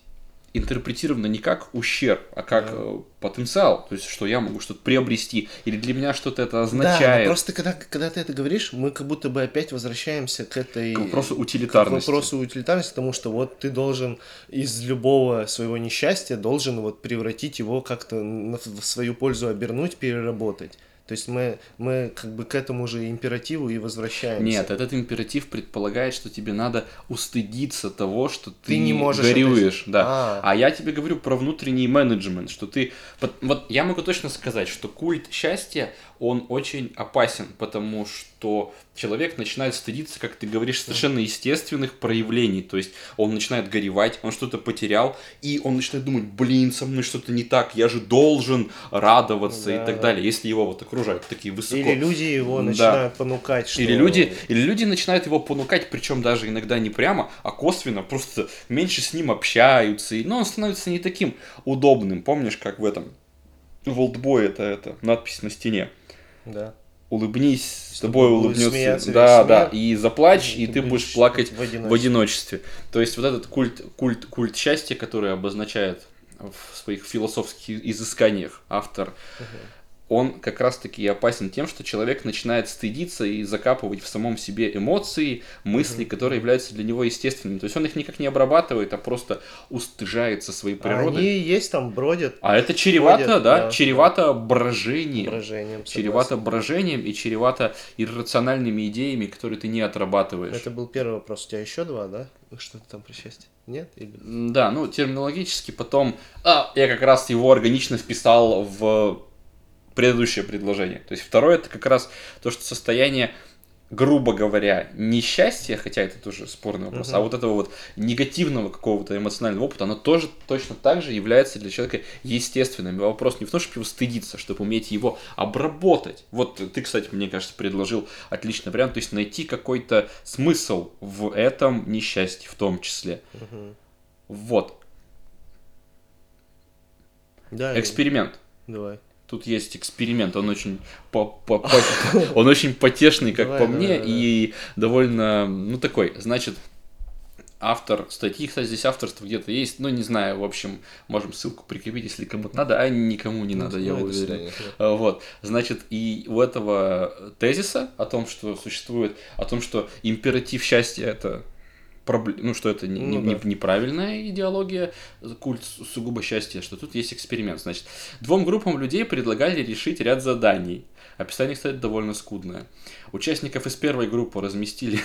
Speaker 2: интерпретирована не как ущерб, а как
Speaker 1: Да.
Speaker 2: э, потенциал. То есть, что я могу что-то приобрести, или для меня что-то это
Speaker 1: Да, но
Speaker 2: означает.
Speaker 1: просто когда, когда ты это говоришь, мы как будто бы опять возвращаемся к этой...
Speaker 2: К вопросу утилитарности.
Speaker 1: К вопросу утилитарности, потому что вот ты должен из любого своего несчастья, должен вот превратить его как-то на- в свою пользу обернуть, переработать. То есть мы, мы как бы к этому же императиву и возвращаемся.
Speaker 2: Нет, этот императив предполагает, что тебе надо устыдиться того, что ты,
Speaker 1: Ты не можешь
Speaker 2: горюешь,
Speaker 1: это-
Speaker 2: да.
Speaker 1: А.
Speaker 2: А. я тебе говорю про внутренний менеджмент, что ты... Вот, вот я могу точно сказать, что культ счастья, он очень опасен, потому что человек начинает стыдиться, как ты говоришь, совершенно естественных проявлений. То есть он начинает горевать, он что-то потерял, и он начинает думать, блин, со мной что-то не так, я же должен радоваться и
Speaker 1: Ну Да,
Speaker 2: так
Speaker 1: да.
Speaker 2: далее, если его вот окружают такие высоко...
Speaker 1: Или люди его
Speaker 2: Да.
Speaker 1: начинают понукать, что...
Speaker 2: Или люди, или люди начинают его понукать, причем даже иногда не прямо, а косвенно, просто меньше с ним общаются, и, но он становится не таким удобным. Помнишь, как в этом в Олдбой это, это надпись на стене?
Speaker 1: Да.
Speaker 2: Улыбнись, с тобой
Speaker 1: тобой
Speaker 2: улыбнется.
Speaker 1: смеяться
Speaker 2: да,
Speaker 1: весь
Speaker 2: да.
Speaker 1: мир,
Speaker 2: И заплачь, и ты будешь плакать
Speaker 1: в одиночестве.
Speaker 2: в одиночестве. То есть вот этот культ, культ, культ счастья, который обозначает в своих философских изысканиях автор, он как раз-таки и опасен тем, что человек начинает стыдиться и закапывать в самом себе эмоции, мысли, которые являются для него естественными. То есть он их никак не обрабатывает, а просто устыжается своей природой.
Speaker 1: Они есть там, бродят
Speaker 2: А это чревато,
Speaker 1: Ходят,
Speaker 2: да,
Speaker 1: да.
Speaker 2: чревато брожением.
Speaker 1: брожением.
Speaker 2: Чревато брожением и чревато иррациональными идеями, которые ты не отрабатываешь.
Speaker 1: Это был первый вопрос. У тебя еще два, да? Что-то там про счастье? Нет? Или...
Speaker 2: М, Да, ну, терминологически потом... А, я как раз его органично вписал в предыдущее предложение. То есть второе, это как раз то, что состояние грубо говоря, несчастья, хотя это тоже спорный вопрос, а вот этого вот негативного какого-то эмоционального опыта, оно тоже точно так же является для человека естественным. И вопрос не в том, чтобы его стыдиться, чтобы уметь его обработать. Вот ты, кстати, мне кажется, предложил отличный вариант, то есть найти какой-то смысл в этом несчастье в том числе. Вот,
Speaker 1: Да, и-
Speaker 2: эксперимент.
Speaker 1: Давай.
Speaker 2: Тут есть эксперимент, он очень, по- по- по- он очень потешный, как
Speaker 1: Давай,
Speaker 2: по
Speaker 1: давай,
Speaker 2: мне,
Speaker 1: давай.
Speaker 2: и довольно, ну такой, значит, автор статьи, кстати, здесь авторство где-то есть, ну не знаю, в общем, можем ссылку прикрепить, если кому-то надо, а никому не надо, я
Speaker 1: Ну, это
Speaker 2: уверен.
Speaker 1: всегда.
Speaker 2: А, Вот, значит, и у этого тезиса о том, что существует, о том, что императив счастья это пробл- ну что это не- не-
Speaker 1: Ну
Speaker 2: не-
Speaker 1: да.
Speaker 2: неправильная идеология, культ су- сугубо счастья, что тут есть эксперимент. Значит, двум группам людей предлагали решить ряд заданий. Описание, кстати, довольно скудное. Участников из первой группы разместили...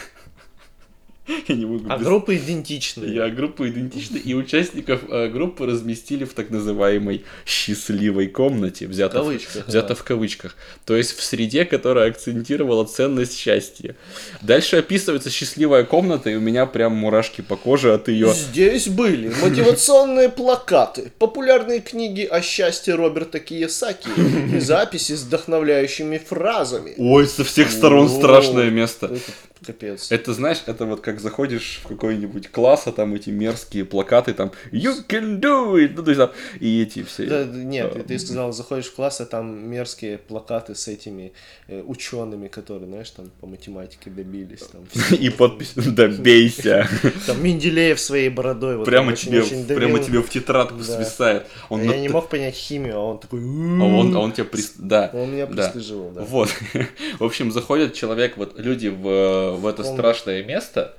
Speaker 2: Я не могу
Speaker 1: А
Speaker 2: без-
Speaker 1: группы идентичные.
Speaker 2: я группы идентичны, и участников э, группы разместили в так называемой счастливой комнате,
Speaker 1: В
Speaker 2: взято, в-
Speaker 1: кавычках,
Speaker 2: взято
Speaker 1: да.
Speaker 2: в кавычках, то есть в среде, которая акцентировала ценность счастья. Дальше описывается счастливая комната, и у меня прям мурашки по коже от ее.
Speaker 1: Здесь были мотивационные плакаты, популярные книги о счастье Роберта Киясаки и записи с вдохновляющими фразами.
Speaker 2: Ой, со всех сторон
Speaker 1: Воу.
Speaker 2: страшное место.
Speaker 1: Это Капец.
Speaker 2: Это, знаешь, это вот как заходишь в какой-нибудь класс, а там эти мерзкие плакаты, там «You can do it!» ну, то есть, там, и эти все...
Speaker 1: Да, да, нет, ты- ты сказал, заходишь в класс, а там мерзкие плакаты с этими э, учеными, которые, знаешь, там по математике добились. Там, всего.
Speaker 2: И подпись «Добейся!»
Speaker 1: Там Менделеев своей бородой. Вот,
Speaker 2: прямо
Speaker 1: он очень-
Speaker 2: тебе,
Speaker 1: очень
Speaker 2: прямо
Speaker 1: давил.
Speaker 2: тебе в тетрадку
Speaker 1: Да. А
Speaker 2: свисает. Он,
Speaker 1: Я
Speaker 2: на-
Speaker 1: не мог понять химию, а он такой...
Speaker 2: а он, а он тебя при- да.
Speaker 1: Он меня
Speaker 2: да.
Speaker 1: пристыживал, да.
Speaker 2: Вот. В общем, заходит человек, вот люди в, в это
Speaker 1: Он-
Speaker 2: страшное место,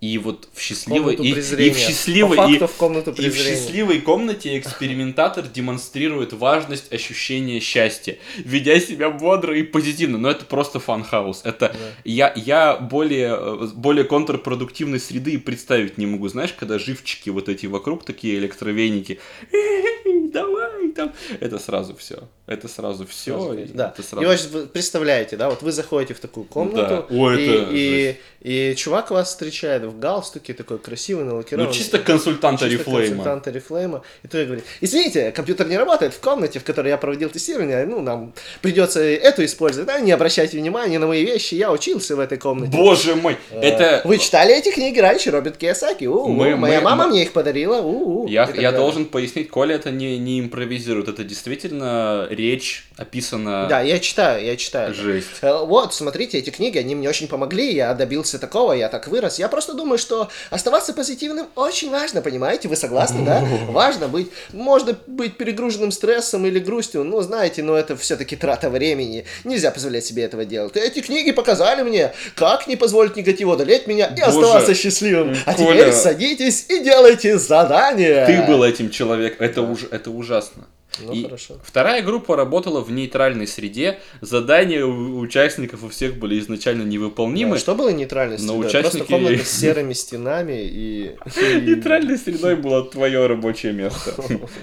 Speaker 2: и вот в счастливой,
Speaker 1: Комнату
Speaker 2: и,
Speaker 1: презрения.
Speaker 2: и в счастливой,
Speaker 1: По
Speaker 2: и-
Speaker 1: факту в комнату
Speaker 2: и в
Speaker 1: презрения.
Speaker 2: счастливой комнате экспериментатор демонстрирует важность ощущения счастья, ведя себя бодро и позитивно. Но это просто фан-хаус. Это я, я более, э, более контрпродуктивной среды и представить не могу. Знаешь, когда живчики вот эти вокруг, такие электровеники, «Эй, давай, там, это сразу все. Это сразу все.
Speaker 1: Да. И вот вы представляете, да, вот вы заходите в такую комнату,
Speaker 2: Да. О,
Speaker 1: и,
Speaker 2: это
Speaker 1: и, и чувак вас встречает в галстуке, такой красивый, налакированный.
Speaker 2: Ну, чисто консультанта
Speaker 1: чисто
Speaker 2: Рифлейма.
Speaker 1: консультанта Oriflame, и то говорит, извините, компьютер не работает в комнате, в которой я проводил тестирование, ну, нам придется эту использовать, да, не обращайте внимания на мои вещи, я учился в этой комнате. Э,
Speaker 2: Боже мой, это...
Speaker 1: Вы читали эти книги раньше, Роберт Киосаки? У,
Speaker 2: Мы-
Speaker 1: моя
Speaker 2: мы-
Speaker 1: мама
Speaker 2: мы-
Speaker 1: мне их подарила. у, у, и
Speaker 2: Я,
Speaker 1: так
Speaker 2: я
Speaker 1: далее.
Speaker 2: должен пояснить, Коля это не, не импровизирует, это действительно речь описана...
Speaker 1: Да, я читаю, я читаю.
Speaker 2: Жесть.
Speaker 1: Э, Вот, смотрите, эти книги, они мне очень помогли, я добился такого, я так вырос. Я просто думаю, что оставаться позитивным очень важно, понимаете? Вы согласны, да? Важно быть. Можно быть перегруженным стрессом или грустью, ну, знаете, но это все-таки трата времени. Нельзя позволять себе этого делать. Эти книги показали мне, как не позволить негативу одолеть меня и
Speaker 2: Боже,
Speaker 1: оставаться счастливым. А
Speaker 2: Коля.
Speaker 1: теперь садитесь и делайте задание.
Speaker 2: Ты был этим человеком, это, уж, это ужасно.
Speaker 1: Ну,
Speaker 2: И
Speaker 1: хорошо.
Speaker 2: Вторая группа работала в нейтральной среде. Задания у участников у всех были изначально невыполнимы.
Speaker 1: Да, что было нейтральной
Speaker 2: Но
Speaker 1: средой? Просто
Speaker 2: участники-
Speaker 1: комната с серыми стенами и... и-
Speaker 2: Нейтральной средой было твое рабочее место.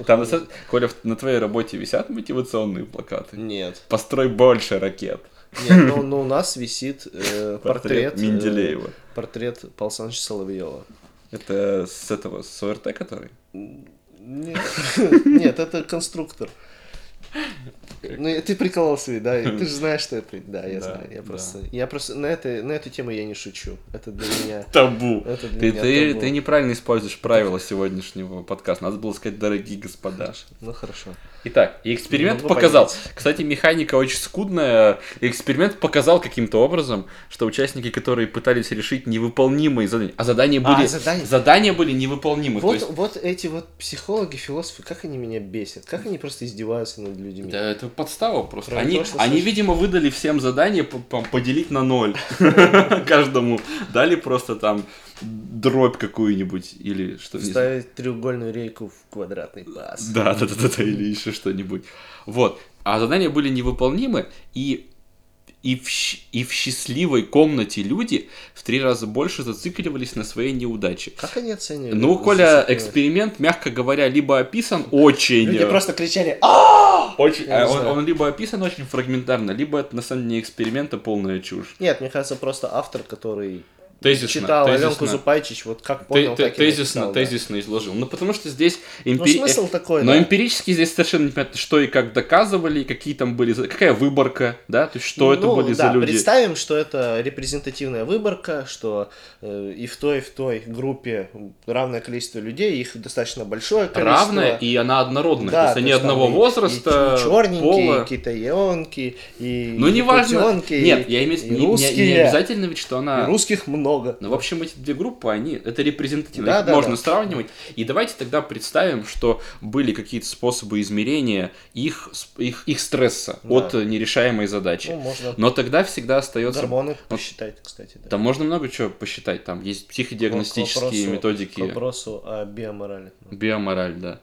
Speaker 2: Там, доста- Коля, в- на твоей работе висят мотивационные плакаты.
Speaker 1: Нет.
Speaker 2: Построй больше ракет.
Speaker 1: Нет, но, но у нас висит э, портрет, э,
Speaker 2: Менделеева.
Speaker 1: портрет Павла Александровича Соловьева.
Speaker 2: Это с этого, с ОРТ который?
Speaker 1: Нет, нет, это конструктор. Ну, и ты прикололся, ведь, да? и Ты же знаешь, что это. Да, я
Speaker 2: Да,
Speaker 1: знаю. Я
Speaker 2: да.
Speaker 1: просто, я просто на, этой- на эту тему я не шучу. Это для меня.
Speaker 2: Табу.
Speaker 1: Это для
Speaker 2: Ты,
Speaker 1: меня
Speaker 2: ты,
Speaker 1: табу.
Speaker 2: ты неправильно используешь правила сегодняшнего подкаста. Надо было сказать, дорогие господа.
Speaker 1: Ну хорошо.
Speaker 2: Итак, и эксперимент
Speaker 1: Не могу
Speaker 2: показал.
Speaker 1: понять.
Speaker 2: Кстати, механика очень скудная. Эксперимент показал каким-то образом, что участники, которые пытались решить невыполнимые задания, а задания
Speaker 1: А,
Speaker 2: были,
Speaker 1: задания.
Speaker 2: задания были невыполнимы.
Speaker 1: Вот,
Speaker 2: то есть-
Speaker 1: вот эти вот психологи, философы, как они меня бесят, как они просто издеваются над людьми.
Speaker 2: Да, это подстава просто.
Speaker 1: Кроме
Speaker 2: Они,
Speaker 1: того, что
Speaker 2: они,
Speaker 1: слышишь.
Speaker 2: видимо, выдали всем задание по- по- поделить на ноль каждому. Дали просто там дробь какую-нибудь или что не знаю.
Speaker 1: Ставить треугольную рейку в квадратный паз.
Speaker 2: Да, да, да, да, да, или еще что-нибудь. Вот. А задания были невыполнимы, и и в, щ- и в счастливой комнате люди в три раза больше зацикливались на своей неудаче.
Speaker 1: Как они оценивали?
Speaker 2: Ну, Коля,
Speaker 1: Зацикливали.
Speaker 2: эксперимент, мягко говоря, либо описан очень...
Speaker 1: Люди
Speaker 2: э,
Speaker 1: просто кричали «А!»
Speaker 2: очень-
Speaker 1: Я не
Speaker 2: а он,
Speaker 1: знаю.
Speaker 2: он либо описан очень фрагментарно, либо это на самом деле не эксперимент, а полная чушь.
Speaker 1: Нет, мне кажется, просто автор, который
Speaker 2: Тезисно,
Speaker 1: читал Аленку
Speaker 2: тезисно.
Speaker 1: Зупайчич, вот как
Speaker 2: Те-
Speaker 1: понял,
Speaker 2: те-
Speaker 1: так и
Speaker 2: тезисно,
Speaker 1: написал, да.
Speaker 2: тезисно изложил. Ну, потому что здесь
Speaker 1: Ну,
Speaker 2: эмпи-
Speaker 1: смысл такой,
Speaker 2: Но
Speaker 1: да.
Speaker 2: эмпирически здесь совершенно непонятно, что и как доказывали, и какие там были, за- какая выборка, да, то есть что это
Speaker 1: Ну, да,
Speaker 2: были за люди.
Speaker 1: представим, что это репрезентативная выборка, что э, и в той, и в той группе равное количество людей, их достаточно большое количество.
Speaker 2: Равная, и она однородная, то есть они
Speaker 1: там
Speaker 2: одного
Speaker 1: и-
Speaker 2: возраста,
Speaker 1: и черненькие,
Speaker 2: пола.
Speaker 1: и китаенки, и
Speaker 2: Ну, неважно.
Speaker 1: якутенки,
Speaker 2: Нет, я имею в
Speaker 1: и
Speaker 2: виду, не- не,
Speaker 1: русские,
Speaker 2: не обязательно ведь, что
Speaker 1: и
Speaker 2: она...
Speaker 1: русских много.
Speaker 2: Ну, в общем, эти две группы, они, это репрезентативно,
Speaker 1: Да,
Speaker 2: их
Speaker 1: да,
Speaker 2: можно
Speaker 1: да.
Speaker 2: сравнивать. И давайте тогда представим, что были какие-то способы измерения их, сп- их, их стресса
Speaker 1: Да.
Speaker 2: от э, нерешаемой задачи.
Speaker 1: Ну, можно
Speaker 2: Но тогда всегда остается...
Speaker 1: гормоны
Speaker 2: Ну,
Speaker 1: посчитать, кстати. да.
Speaker 2: Там можно много чего посчитать, там есть психодиагностические
Speaker 1: К вопросу- К
Speaker 2: методики,
Speaker 1: вопросу о биоморали.
Speaker 2: биомораль, да.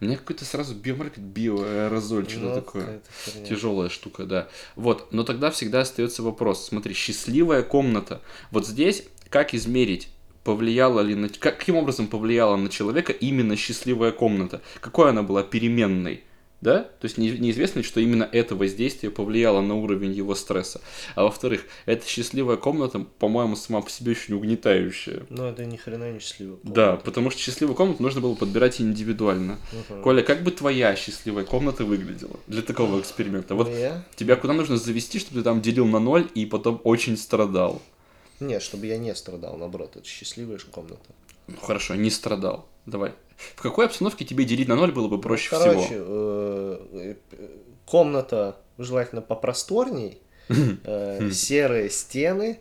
Speaker 2: У меня какой-то сразу биомораль, биоаэрозоль, что-то
Speaker 1: Ну,
Speaker 2: такое.
Speaker 1: какая-то херня.
Speaker 2: Тяжелая штука, да. Вот, но тогда всегда остается вопрос. Смотри, счастливая комната. Вот здесь как измерить? повлияла ли на... как- Каким образом повлияла на человека именно счастливая комната? Какой она была переменной? Да? То есть не- неизвестно, что именно это воздействие повлияло на уровень его стресса. А во-вторых, эта счастливая комната, по-моему, сама по себе очень угнетающая.
Speaker 1: Ну, это ни хрена не счастливо.
Speaker 2: Да, потому что счастливую комнату нужно было подбирать индивидуально.
Speaker 1: Мгм.
Speaker 2: Коля, как бы твоя счастливая комната выглядела для такого эксперимента? Вот
Speaker 1: Ну, я?
Speaker 2: Тебя куда нужно завести, чтобы ты там делил на ноль и потом очень страдал?
Speaker 1: Нет, чтобы я не страдал, наоборот, это счастливая же комната.
Speaker 2: Ну хорошо, не страдал. Давай. В какой обстановке тебе делить на ноль было бы проще
Speaker 1: Короче,
Speaker 2: всего?
Speaker 1: э, э, комната желательно попросторней, э, серые стены.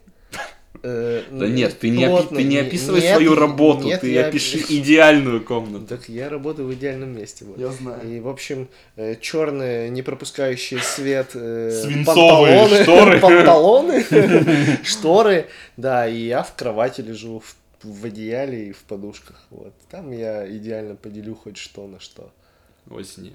Speaker 1: э,
Speaker 2: Да нет, ты не, опи- ты не описывай свою работу, ты опиши идеальную комнату.
Speaker 1: Так я работаю в идеальном месте. вот.
Speaker 2: знаю.
Speaker 1: И, в общем, черные, не пропускающие свет э,
Speaker 2: Свинцовые
Speaker 1: панталоны-
Speaker 2: шторы.
Speaker 1: панталоны, шторы, да, и я в кровати лежу в- в одеяле и в подушках, вот. Там я идеально поделю хоть что на что.
Speaker 2: Во сне.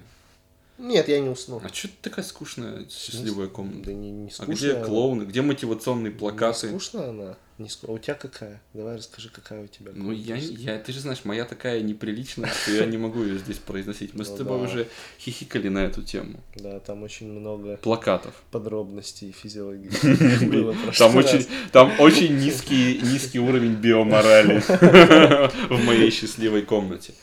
Speaker 1: Нет, я не усну.
Speaker 2: А что ты такая скучная, счастливая комната?
Speaker 1: Да не, не
Speaker 2: А
Speaker 1: скучно.
Speaker 2: где клоуны, где мотивационные плакаты?
Speaker 1: Скучно она? Не ску- А у тебя какая? Давай расскажи, какая у тебя.
Speaker 2: Ну, я, не- я, ты же знаешь, моя такая неприличная, что я не могу ее здесь произносить. Мы с
Speaker 1: Ну
Speaker 2: тобой
Speaker 1: да.
Speaker 2: уже хихикали на эту тему.
Speaker 1: Да, там очень много
Speaker 2: Плакатов.
Speaker 1: подробностей физиологии. было в
Speaker 2: Там
Speaker 1: прошлый раз.
Speaker 2: очень, там очень низкий, низкий уровень биоморали в моей счастливой комнате.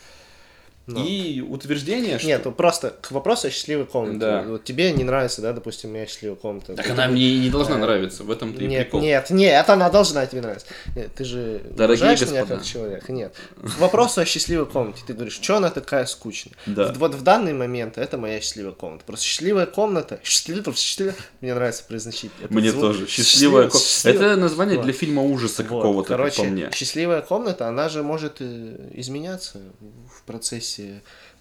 Speaker 1: Ну.
Speaker 2: И утверждение, что...
Speaker 1: Нет, ну просто к вопросу о счастливой комнате.
Speaker 2: Да.
Speaker 1: Вот тебе не нравится, да, допустим, у меня счастливая комната.
Speaker 2: Так
Speaker 1: Ты
Speaker 2: она
Speaker 1: такой,
Speaker 2: мне и не должна нравиться, в этом-то и
Speaker 1: Нет,
Speaker 2: прикол.
Speaker 1: нет, нет, она должна тебе нравиться. Нет, ты же
Speaker 2: Дорогие
Speaker 1: уважаешь меня
Speaker 2: господа.
Speaker 1: как человек. Нет. К вопросу о счастливой комнате. Ты говоришь, что она такая скучная?
Speaker 2: Да.
Speaker 1: В- вот в данный момент это моя счастливая комната. Просто счастливая комната. Счастливая, счастливая. Мне нравится произносить. этот
Speaker 2: Мне
Speaker 1: звук.
Speaker 2: тоже. Счастливая ко-
Speaker 1: счастливая.
Speaker 2: Это название для
Speaker 1: Вот.
Speaker 2: фильма ужаса
Speaker 1: Вот,
Speaker 2: какого-то, как
Speaker 1: короче,
Speaker 2: по мне.
Speaker 1: счастливая комната, она же может э, изменяться в процессе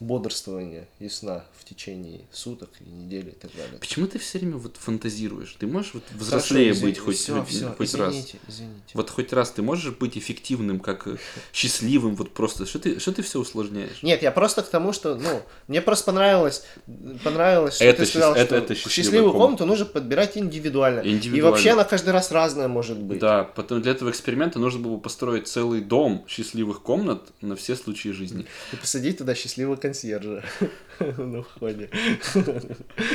Speaker 1: бодрствования и сна в течение суток и недели и так далее.
Speaker 2: Почему ты все время вот фантазируешь? Ты можешь вот взрослее быть хоть,
Speaker 1: все,
Speaker 2: хоть-
Speaker 1: все,
Speaker 2: хоть раз?
Speaker 1: извините, извините.
Speaker 2: Вот хоть раз ты можешь быть эффективным, как э, счастливым, вот просто. Что ты, что ты все усложняешь?
Speaker 1: Нет, я просто к тому, что, ну, мне просто понравилось, понравилось, что
Speaker 2: Это
Speaker 1: ты
Speaker 2: счаст-
Speaker 1: сказал,
Speaker 2: это-
Speaker 1: что
Speaker 2: это счастливая
Speaker 1: счастливую
Speaker 2: комната.
Speaker 1: комнату нужно подбирать индивидуально. И
Speaker 2: Индивидуально.
Speaker 1: вообще она каждый раз разная может быть.
Speaker 2: Да, потом для этого эксперимента нужно было построить целый дом счастливых комнат на все случаи жизни.
Speaker 1: И посадить туда счастливого консьержа на входе.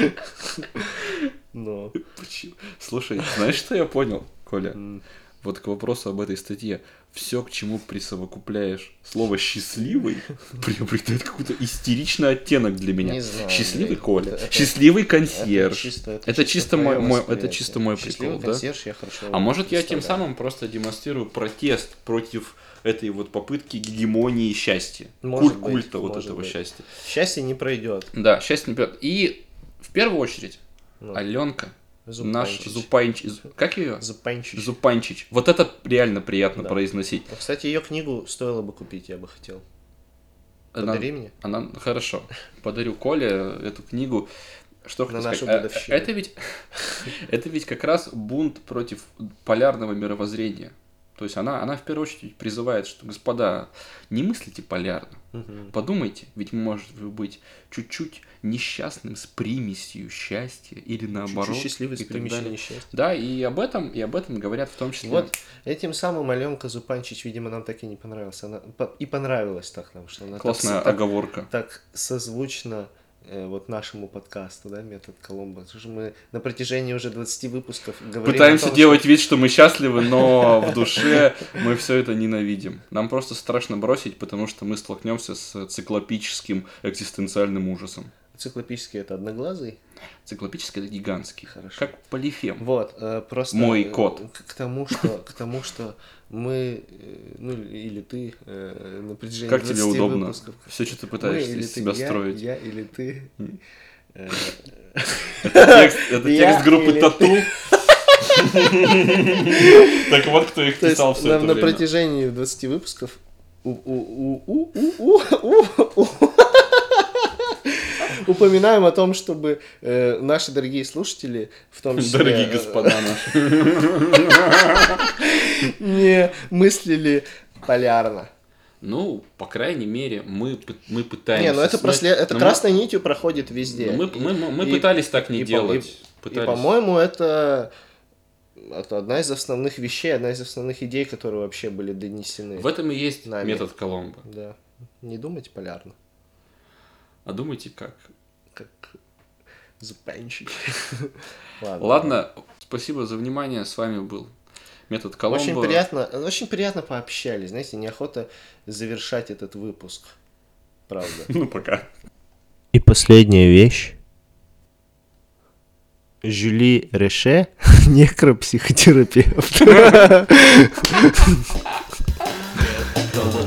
Speaker 1: Ну,
Speaker 2: Почему? Слушай, знаешь, что я понял, Коля?
Speaker 1: м,
Speaker 2: Вот к вопросу об этой статье. Все, к чему присовокупляешь слово «счастливый», приобретает какой-то истеричный оттенок для меня.
Speaker 1: Не знаю,
Speaker 2: Счастливый
Speaker 1: Андрей,
Speaker 2: Коля,
Speaker 1: это- это-
Speaker 2: счастливый
Speaker 1: это
Speaker 2: консьерж.
Speaker 1: чисто-
Speaker 2: Это чисто мой-
Speaker 1: твоё
Speaker 2: мой- это
Speaker 1: восприятие.
Speaker 2: чисто мой
Speaker 1: Счастливый
Speaker 2: прикол, да?
Speaker 1: консьерж, я хорошо
Speaker 2: А может я тем
Speaker 1: представляю.
Speaker 2: самым просто демонстрирую протест против этой вот попытки гегемонии счастья,
Speaker 1: Может
Speaker 2: Куль-
Speaker 1: быть,
Speaker 2: культа вот
Speaker 1: может
Speaker 2: этого
Speaker 1: быть.
Speaker 2: счастья.
Speaker 1: Счастье не пройдет.
Speaker 2: Да, счастье не придет. И в первую очередь
Speaker 1: Ну,
Speaker 2: Аленка,
Speaker 1: зуб
Speaker 2: наш
Speaker 1: панчить.
Speaker 2: Зупанчич, как ее?
Speaker 1: Зубанчич.
Speaker 2: Зупанчич. Вот это реально приятно
Speaker 1: Да.
Speaker 2: произносить.
Speaker 1: А, Кстати, ее книгу стоило бы купить, я бы хотел.
Speaker 2: Она,
Speaker 1: Подари мне.
Speaker 2: она- хорошо. Подарю Коле эту книгу. Что
Speaker 1: На
Speaker 2: хочу
Speaker 1: нашу
Speaker 2: сказать. Э,
Speaker 1: годовщину.
Speaker 2: Это ведь, это ведь как раз бунт против полярного мировоззрения. То есть она, она в первую очередь призывает, что, господа, не мыслите полярно. Подумайте, ведь может быть чуть-чуть несчастным с примесью счастья или наоборот.
Speaker 1: Чуть-чуть счастливый с
Speaker 2: и так
Speaker 1: примесью
Speaker 2: далее.
Speaker 1: несчастья.
Speaker 2: Да, и об этом, и об этом говорят в том числе.
Speaker 1: Вот этим самым Аленка Зупанчич, видимо, нам так и не понравился. Она по- и понравилась так нам, что она так
Speaker 2: классная
Speaker 1: с- так,
Speaker 2: оговорка.
Speaker 1: так созвучно э, вот нашему подкасту, да, метод Коломбо. Потому что мы на протяжении уже 20 выпусков говорим о
Speaker 2: Пытаемся
Speaker 1: том, что-
Speaker 2: делать вид, что мы счастливы, но в душе мы все это ненавидим. Нам просто страшно бросить, потому что мы столкнемся с циклопическим экзистенциальным ужасом.
Speaker 1: Циклопический это одноглазый.
Speaker 2: Циклопический это гигантский.
Speaker 1: Хорошо.
Speaker 2: Как полифем.
Speaker 1: Вот, э, просто...
Speaker 2: Мой
Speaker 1: э,
Speaker 2: кот.
Speaker 1: К, к тому, что, к тому, что мы, э, ну или ты, э, на протяжении
Speaker 2: Как тебе
Speaker 1: 20
Speaker 2: удобно.
Speaker 1: выпусков
Speaker 2: Все, что ты
Speaker 1: Мы
Speaker 2: пытаешься
Speaker 1: или
Speaker 2: из
Speaker 1: ты,
Speaker 2: себя
Speaker 1: я,
Speaker 2: строить.
Speaker 1: Я или ты. Э,
Speaker 2: Это текст, это
Speaker 1: Я
Speaker 2: текст группы
Speaker 1: или
Speaker 2: Тату. Так вот, кто их
Speaker 1: То есть
Speaker 2: писал все
Speaker 1: на,
Speaker 2: это
Speaker 1: на
Speaker 2: время.
Speaker 1: протяжении 20 выпусков у- у- у- у- у- у- у- у- упоминаем о том, чтобы э, наши дорогие слушатели, в том числе,
Speaker 2: Дорогие
Speaker 1: э,
Speaker 2: господа наши.
Speaker 1: э, не мыслили полярно.
Speaker 2: Ну, по крайней мере, мы, пы- мы пытаемся...
Speaker 1: Не, ну это,
Speaker 2: снять-
Speaker 1: просле- это
Speaker 2: но мы-
Speaker 1: красной нитью проходит везде.
Speaker 2: но Мы,
Speaker 1: И-
Speaker 2: мы, мы, мы
Speaker 1: и-
Speaker 2: пытались так не
Speaker 1: и по-
Speaker 2: делать.
Speaker 1: и- И,
Speaker 2: Пытались.
Speaker 1: по-моему, это... это одна из основных вещей, одна из основных идей, которые вообще были донесены.
Speaker 2: В этом и есть
Speaker 1: Нами.
Speaker 2: метод Коломбо.
Speaker 1: Да. Не думайте полярно.
Speaker 2: А думайте как.
Speaker 1: как запенчик. Ладно.
Speaker 2: Ладно, спасибо за внимание. С вами был метод Коломбо.
Speaker 1: Очень приятно, очень приятно пообщались, знаете, неохота завершать этот выпуск, правда.
Speaker 2: Ну, пока.
Speaker 1: И последняя вещь. Жюли Реше, некропсихотерапевт.
Speaker 3: метод Колумба,